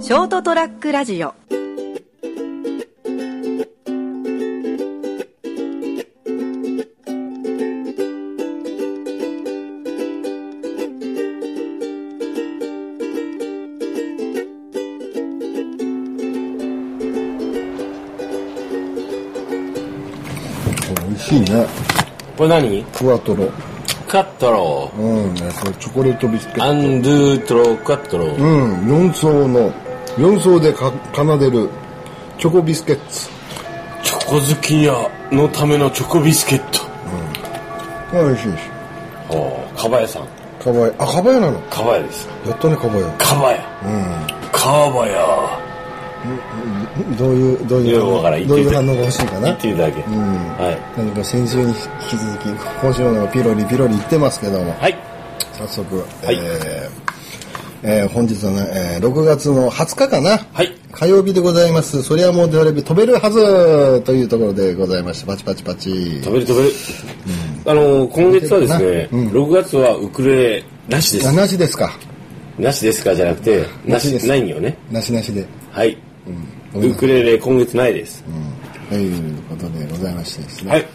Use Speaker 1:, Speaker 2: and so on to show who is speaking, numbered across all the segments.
Speaker 1: ショートトラックラジオ
Speaker 2: これ美味しいね
Speaker 3: これ何
Speaker 2: クワトロ
Speaker 3: カットロ
Speaker 2: うんねこれチョコレートビスケ
Speaker 3: ーア
Speaker 2: ッ
Speaker 3: ンドゥートロカットロ
Speaker 2: ト
Speaker 3: ー
Speaker 2: うん4層の4層でか奏でるチョコビスケッツ
Speaker 3: チョコ好きやのためのチョコビスケット
Speaker 2: あ美味しいし
Speaker 3: おーかばやさん
Speaker 2: かばやあかばやなの
Speaker 3: かばやです
Speaker 2: やったねかばや
Speaker 3: かばやかばや
Speaker 2: うんどういうどうい
Speaker 3: いやわからん
Speaker 2: うどういう反応が欲しいか
Speaker 3: 言
Speaker 2: な
Speaker 3: ってるだけは
Speaker 2: 何か先週に引き続き今週のピロリピロリ言ってますけども
Speaker 3: いはい
Speaker 2: 早速、
Speaker 3: はい
Speaker 2: えーえー本日はね、えー6月の20日かな、
Speaker 3: はい
Speaker 2: 火曜日でございますそりゃもうテレビ飛べるはずというところでございましてパチパチパチ
Speaker 3: 食べる食べるあのー今月はですね
Speaker 2: うん
Speaker 3: 6月はウクレレなしで
Speaker 2: あ
Speaker 3: す
Speaker 2: なしですか
Speaker 3: なしですかじゃなくてな
Speaker 2: なしです
Speaker 3: しないんよね
Speaker 2: なしなしで
Speaker 3: はい
Speaker 2: ごめん
Speaker 3: ウ
Speaker 2: なさ
Speaker 3: ク
Speaker 2: い
Speaker 3: レレ今月ないです
Speaker 2: ということでございましてですね、
Speaker 3: はい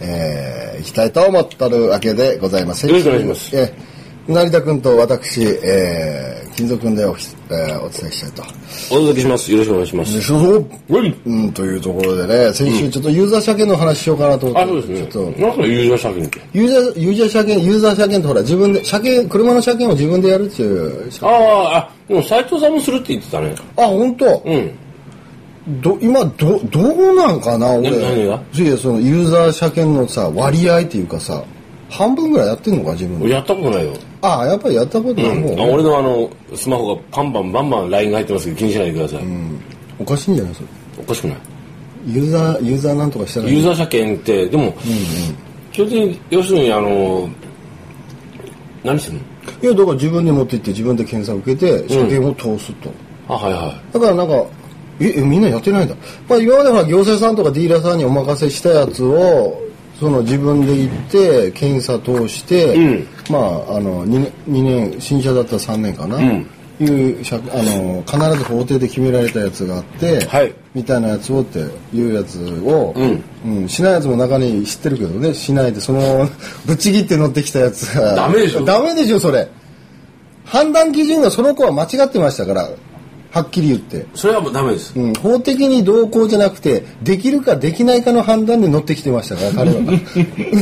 Speaker 2: えー行きたいと思っとるわけでございます
Speaker 3: よろしくお願いします
Speaker 2: えー成田君と私、えー、金属君でお,、えーお伝えしたいと
Speaker 3: お届けしますよろしくお願いしますうん
Speaker 2: うん、というところでね、先週ちょっとユーザー車検の話しようかなと思っ
Speaker 3: あ
Speaker 2: て、
Speaker 3: そうです
Speaker 2: ちょっ
Speaker 3: ね
Speaker 2: と
Speaker 3: なんか友情作品って
Speaker 2: ユーザー、ユーザー車検、ユーザー車検ってほら、自分で、車検、車の車検を自分でやるっていう。
Speaker 3: ああ、あ、でも斎藤さんもするって言ってたね。
Speaker 2: あ、本当、
Speaker 3: うん。
Speaker 2: ど、今、ど、どうなんかな、俺。
Speaker 3: な何が
Speaker 2: いや、その、ユーザー車検のさ、割合っていうかさ、半分ぐらいやってんのか、自分で。
Speaker 3: 俺やったことないよ。
Speaker 2: あ、やっぱりやったことない、
Speaker 3: うん
Speaker 2: もう
Speaker 3: あ俺のあの、スマホがパンパンバンバン LINE が入ってますけど気にしないでください。
Speaker 2: おかしいんじゃないそれ。
Speaker 3: おかしくない。
Speaker 2: ユーザー、ユーザーなんとかしたらい
Speaker 3: ユー
Speaker 2: い。
Speaker 3: ザー車検って、でも、基本的に、要するにあの、何するの
Speaker 2: いや、だから自分で持って行って、自分で検査を受けて、車検を通すと。
Speaker 3: あ、はいは
Speaker 2: だからなんか、え、えみんなやってないんだ。まあ今までは行政さんとかディーラーさんにお任せしたやつを、その自分で行って、検査通して、
Speaker 3: うん
Speaker 2: まあ、あの、2年、2年、新車だったら3年かな。
Speaker 3: ん
Speaker 2: いうしゃあの必ず法廷で決められたやつがあって、
Speaker 3: はい
Speaker 2: みたいなやつをっていうやつを、
Speaker 3: うん
Speaker 2: うんしないやつも中に知ってるけどねしないでその ぶっちぎって乗ってきたやつが
Speaker 3: ダメでしょ
Speaker 2: ダメでしょそれ判断基準がその子は間違ってましたからはっきり言って、
Speaker 3: い。それはもうダメです。
Speaker 2: うん、法的に同行じゃなくてできるかできないかの判断で乗ってきてましたから彼 は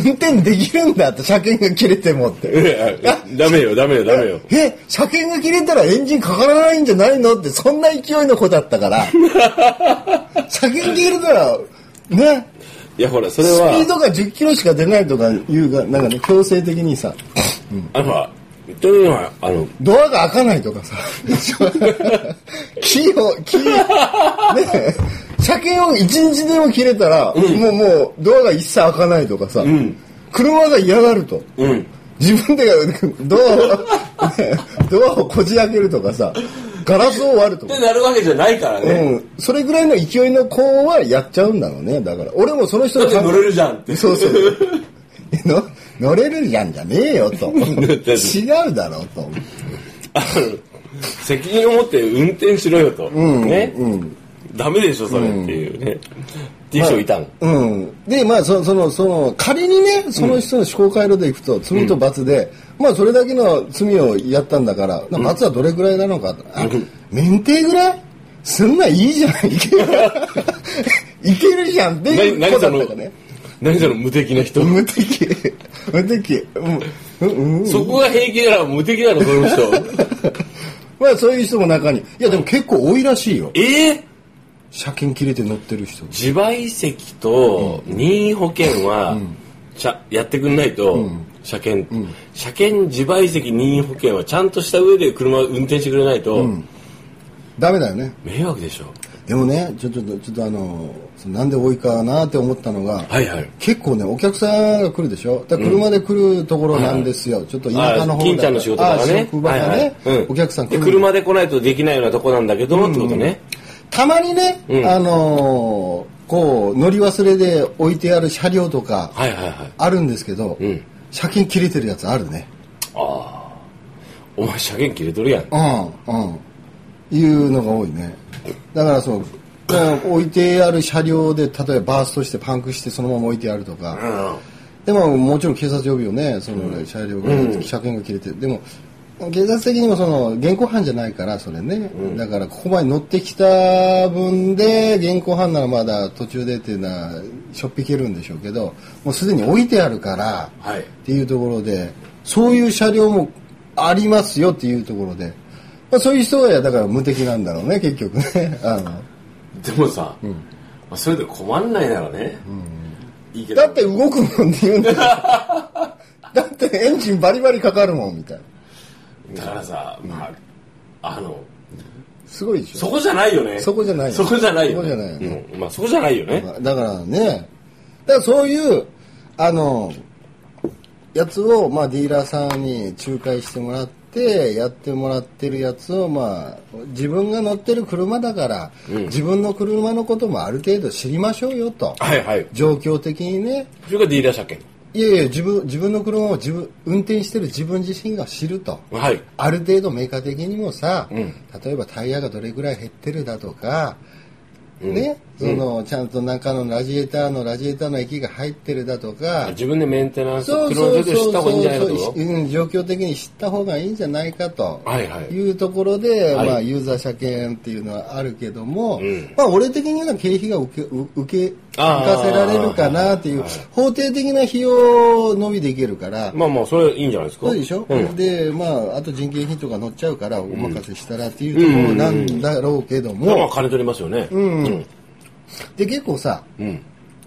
Speaker 2: 運転できるんだって車検が切れてもって
Speaker 3: ええ ダメよ、ダメよ、ダメよ。
Speaker 2: え車検が切れたらエンジンかからないんじゃないのってそんな勢いの子だったから車検切れたらね
Speaker 3: いや、ほら、そ
Speaker 2: ス
Speaker 3: れ
Speaker 2: ピ
Speaker 3: は、
Speaker 2: ードが10キロしか出ないとかいうがなんかね強制的にさ
Speaker 3: あのほら、というのは、あの、
Speaker 2: ドアが開かないとかさ キーをキーね車検を1日でも切れたら、もうもうドアが一切開かないとかさ、車が嫌がると。
Speaker 3: うん。
Speaker 2: 自分でドアを、ねドアをこじ開けるとかさ、ガラスを割ると
Speaker 3: っ
Speaker 2: か
Speaker 3: て。なるわけじゃないからね。
Speaker 2: うん、それぐらいの勢いの子はやっちゃうんだろうね。だから、俺もその人
Speaker 3: だ
Speaker 2: の
Speaker 3: って乗れるじゃんって。
Speaker 2: そうそう。の乗れるじゃんじゃねえよと。違うだろうと。
Speaker 3: あの責任を持って運転しろよと、ね、ダメでしょそれっていうね、っていう人いたの、
Speaker 2: うん。で、まあ、そその、その、仮にね、その人の思考回路でいくと、罪と罰で、まあ、それだけの罪をやったんだから、まあ罰はどれぐらいなのかと。あ免停ぐらいすんないいじゃん。い ける。いけるじゃんっていう
Speaker 3: な
Speaker 2: こと
Speaker 3: 何そ
Speaker 2: だった
Speaker 3: の
Speaker 2: からね。
Speaker 3: 何その無敵な人、
Speaker 2: 無敵。無敵。うん。うんうん。
Speaker 3: そこが平気なら無敵なのその人
Speaker 2: まあ、そういう人も中に。いや、でも結構多いらしいよ。
Speaker 3: ええ
Speaker 2: 車検切れて乗ってる人。
Speaker 3: 自賠責と任意保険は、ちゃやってくんないと、車検、車検自賠責任意保険はちゃんとした上で車を運転してくれないと、
Speaker 2: ダメだよね。
Speaker 3: 迷惑でしょ
Speaker 2: でもね、ちょ、ちょっと、ちょっとあの、そのなんで多いかなって思ったのが、
Speaker 3: はいはい
Speaker 2: 結構ね、お客さんが来るでしょだから車で来るところなんですよ。ちょっと田舎の方
Speaker 3: あ金ちゃんの仕事だからね
Speaker 2: あ職場がね、
Speaker 3: はいはいうん
Speaker 2: お客さん来
Speaker 3: で
Speaker 2: る。
Speaker 3: 車で来ないとできないようなとこなんだけど、ってことね
Speaker 2: たまにね、
Speaker 3: うん
Speaker 2: あのーこう、乗り忘れで置いてある車両とか、
Speaker 3: はいはいはい
Speaker 2: あるんですけど、
Speaker 3: うん
Speaker 2: 車検切れてるやつあるね。
Speaker 3: ああお前車検切れとるやん
Speaker 2: うん、うん。いうのが多いねだからそのだから置いてある車両で例えばバーストしてパンクしてそのまま置いてあるとか、でももちろん警察呼ぶよねその、車両が、車検が切れてるでも警察的にもその現行犯じゃないからそれね、だからここまで乗ってきた分で現行犯ならまだ途中でっていうのはしょっぴけるんでしょうけどもうすでに置いてあるから、
Speaker 3: はい
Speaker 2: っていうところでそういう車両もありますよっていうところで、まあ、そういう人はだから無敵なんだろうね結局ねあの
Speaker 3: でもさ、まあ、それで困んないならね、いいけど
Speaker 2: だって動くもんって言うんだよだってエンジンバリバリかかるもんみたいな
Speaker 3: だからさ、まあ、あの
Speaker 2: すごいでしょ
Speaker 3: そこじゃないよね
Speaker 2: そこじゃないよ
Speaker 3: そこじゃない
Speaker 2: そ
Speaker 3: よね
Speaker 2: こじゃないよね
Speaker 3: うんまあ、そこじゃないよね、
Speaker 2: だからねだからそういうあのやつを、まあ、ディーラーさんに仲介してもらってやってもらってるやつを、まあ、自分が乗ってる車だから、自分の車のこともある程度知りましょうよと
Speaker 3: はいはい
Speaker 2: 状況的にね
Speaker 3: それがディーラー車検
Speaker 2: いやいや自分自分の車を自分運転してる自分自身が知ると。
Speaker 3: はい
Speaker 2: ある程度メーカー的にもさ、
Speaker 3: ん
Speaker 2: 例えばタイヤがどれぐらい減ってるだとか、ね、その、ちゃんと中のラジエーターのラジエーターの液が入ってるだとか、
Speaker 3: 自分でメンテナンス
Speaker 2: そ
Speaker 3: を
Speaker 2: う
Speaker 3: 黒
Speaker 2: そうそ
Speaker 3: 字で
Speaker 2: う
Speaker 3: 知った方がいいんじゃないか
Speaker 2: そ
Speaker 3: と
Speaker 2: ううん状況的に知った方がいいんじゃないかと、
Speaker 3: はいはい
Speaker 2: いうところで、
Speaker 3: はい
Speaker 2: まあ、ユーザー車検っていうのはあるけども、
Speaker 3: ん
Speaker 2: まあ、俺的には経費が受けう受け
Speaker 3: あー
Speaker 2: 浮かせられるかなっていう
Speaker 3: はい
Speaker 2: 法定的な費用のみでいけるから、
Speaker 3: まあまあそれいいんじゃないですか
Speaker 2: そうでしょ、
Speaker 3: うん
Speaker 2: でまああと人件費とか乗っちゃうからお任せしたらっていうところなんだろうけども、
Speaker 3: まあ金取りますよね
Speaker 2: んで結構さ
Speaker 3: うん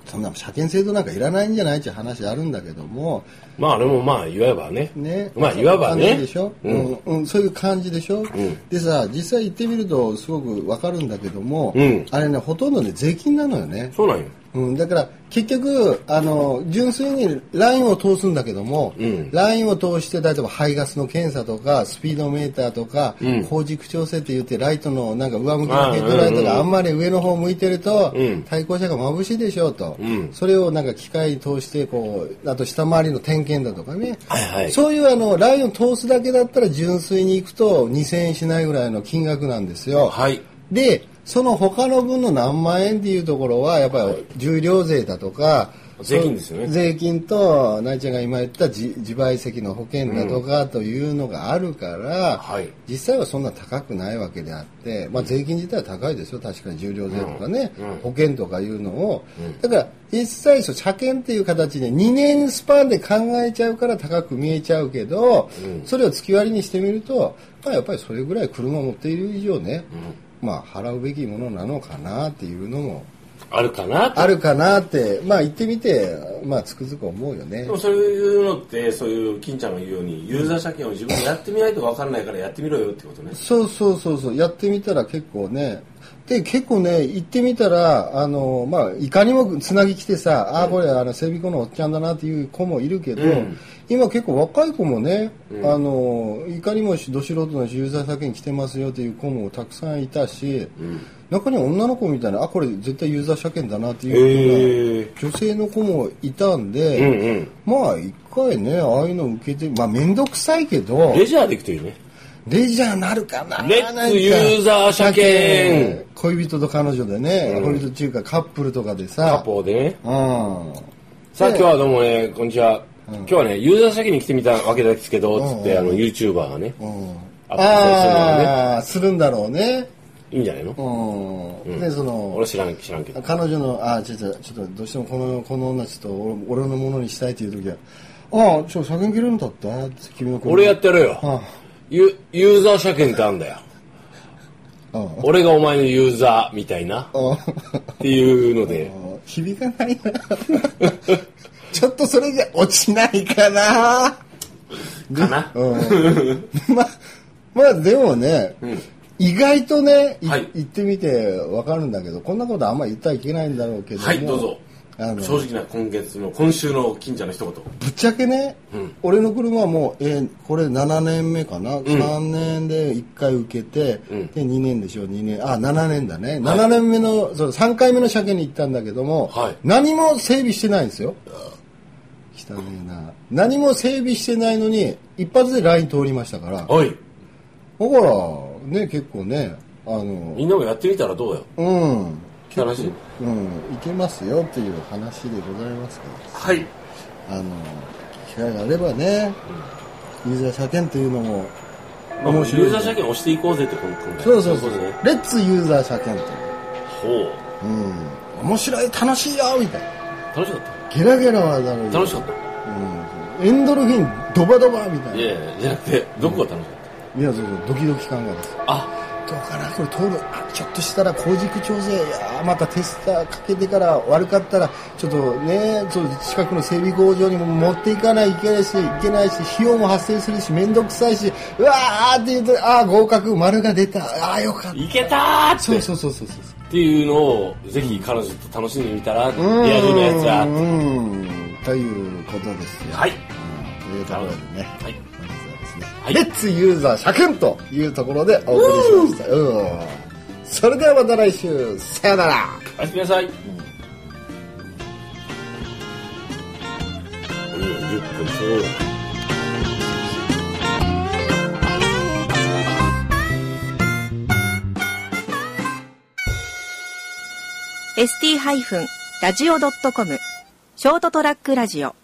Speaker 2: そんな車検制度なんかいらないんじゃないっていう話あるんだけども
Speaker 3: まああれもまあいわばね
Speaker 2: ね
Speaker 3: まあいわばね
Speaker 2: 感じでしょ、
Speaker 3: う
Speaker 2: うんんうんそういう感じでしょ、
Speaker 3: ん
Speaker 2: でさ実際行ってみるとすごくわかるんだけども、
Speaker 3: うん
Speaker 2: あれねほとんどね税金なのよね
Speaker 3: そうなんよ
Speaker 2: うん、だから結局あの純粋にラインを通すんだけども、
Speaker 3: うん
Speaker 2: ラインを通して例えば排ガスの検査とかスピードメーターとか、
Speaker 3: ん
Speaker 2: 工軸調整って言ってライトのなんか上向きのヘッドライト
Speaker 3: あーうんうんうん
Speaker 2: があんまり上の方向いてると、
Speaker 3: うん
Speaker 2: 対向車が眩しいでしょうと、
Speaker 3: うん
Speaker 2: それをなんか機械に通してこうあと下回りの点検だとかね、
Speaker 3: はいはい
Speaker 2: そういうあのラインを通すだけだったら純粋に行くと2000円しないぐらいの金額なんですよ。
Speaker 3: はい
Speaker 2: でその他の分の何万円っていうところはやっぱり重量税だとか
Speaker 3: 税金ですよね
Speaker 2: 税金とナイちゃんが今言った自自賠責の保険だとかというのがあるから、
Speaker 3: はい
Speaker 2: 実際はそんな高くないわけであって、まあ、税金自体は高いですよ確かに重量税とかね、
Speaker 3: うんうん
Speaker 2: 保険とかいうのを、だから実際そう車検っていう形で2年スパンで考えちゃうから高く見えちゃうけど、それを月割りにしてみると、まあ、やっぱりそれぐらい車を持っている以上ね、まあ、払うべきものなのかなっていうのも
Speaker 3: あるかなと
Speaker 2: あるかなって、まあ、言ってみて、まあ、つくづく思うよね
Speaker 3: でも。そういうのってそういう金ちゃんが言うようにユーザー車検を自分でやってみないと分かんないからやってみろよってことね
Speaker 2: そうそうそうそうやってみたら結構ねで結構ね行ってみたらあの、まあ、いかにもつなぎきてさ、ああこれあの整備工のおっちゃんだなっていう子もいるけど、
Speaker 3: うん
Speaker 2: 今結構若い子もね、あのいかにもしど素人のユーザー先に来てますよっていう子もたくさんいたし、中には女の子みたいなあこれ絶対ユーザー車検だなっていうような女性の子もいたんで、
Speaker 3: うんうん
Speaker 2: まあ一回ねああいうの受けてまあ面倒くさいけど
Speaker 3: レジャーで行くといいね
Speaker 2: レジャーなるかな
Speaker 3: レッツ
Speaker 2: なんか
Speaker 3: ユーザー車検
Speaker 2: 恋人と彼女でね、恋人っていうかカップルとかで
Speaker 3: カ
Speaker 2: さ
Speaker 3: ポーでね
Speaker 2: うん
Speaker 3: さあ
Speaker 2: ね
Speaker 3: 今日はどうもねこんにちは今日はねユーザー先に来てみたわけですけどつっ
Speaker 2: うんう
Speaker 3: て
Speaker 2: ん
Speaker 3: あの YouTuber がね
Speaker 2: うん
Speaker 3: アップするのね
Speaker 2: ああするんだろうね
Speaker 3: いいんじゃないの
Speaker 2: うん、でその
Speaker 3: 俺知らん知らんけど
Speaker 2: 彼女のあちょっとちょっとどうしてもこのこの女ちょっと俺俺のものにしたいっていう時は「ああちょっと叫ん切れるんだった?」って君の声
Speaker 3: 俺やってやるよ
Speaker 2: うん
Speaker 3: ユユーザー車検ってあんだよ
Speaker 2: うん
Speaker 3: 俺がお前のユーザーみたいな
Speaker 2: うん
Speaker 3: っていうので
Speaker 2: 響かない なちょっとそれじゃ落ちないかな
Speaker 3: かな
Speaker 2: まあ、まあでもね、意外とね、い
Speaker 3: はい
Speaker 2: 言ってみてわかるんだけど、こんなことあんまり言ったらいけないんだろうけども
Speaker 3: はいどうぞ
Speaker 2: あの
Speaker 3: 正直な今月の今週の金ちゃんの一言
Speaker 2: ぶっちゃけね、
Speaker 3: うん
Speaker 2: 俺の車はもう、えーこれ7年目かな、3年で1回受けて、
Speaker 3: うん
Speaker 2: で2年でしょ2年あ7年だね、7年目のそう3回目の車検に行ったんだけども、
Speaker 3: はい
Speaker 2: 何も整備してないんですよ汚ねえな何も整備してないのに一発でライン通りましたから
Speaker 3: はい
Speaker 2: だからね結構ねあの
Speaker 3: みんなもやってみたらどうよ
Speaker 2: うん
Speaker 3: って話
Speaker 2: うんいけますよっていう話でございますけど
Speaker 3: はい
Speaker 2: あの機会があればねユーザー車検というのも
Speaker 3: まあユ
Speaker 2: 面白い
Speaker 3: ーザー車検押していこうぜって今回
Speaker 2: そうそうそう
Speaker 3: いことね
Speaker 2: レッツユーザー車検という
Speaker 3: ほ
Speaker 2: うん面白い楽しいよみたいな
Speaker 3: う楽しかっ
Speaker 2: ゲラゲラはなる
Speaker 3: た楽しかっ
Speaker 2: うん、エンドルフィンドバドバみた
Speaker 3: た
Speaker 2: い
Speaker 3: い
Speaker 2: な
Speaker 3: やいやじゃなくてどこが楽しかっ
Speaker 2: いやそうそうドキドキ感がです
Speaker 3: たあ
Speaker 2: どうかなこれ通るあちょっとしたら工軸調整いやまたテスターかけてから悪かったらちょっとねそう近くの整備工場にも持っていかないといけないしいけないし費用も発生するし面倒くさいしうわーって言うとああ合格丸が出たああよかった
Speaker 3: いけたーっ て
Speaker 2: そうそうそうそうそう
Speaker 3: っていうのをぜひ彼女と楽しんでみたらリ
Speaker 2: う
Speaker 3: アルなやつは
Speaker 2: うんということですよ
Speaker 3: はい
Speaker 2: というところでね
Speaker 3: は
Speaker 2: 本日はです
Speaker 3: い
Speaker 2: ね、
Speaker 3: はい
Speaker 2: レッツユーザー車検というところでお送りしましたうんそれではまた来週さよなら
Speaker 3: おやすみなさい、うん、10分そうだ
Speaker 1: ST-radio.com ショートトラックラジオ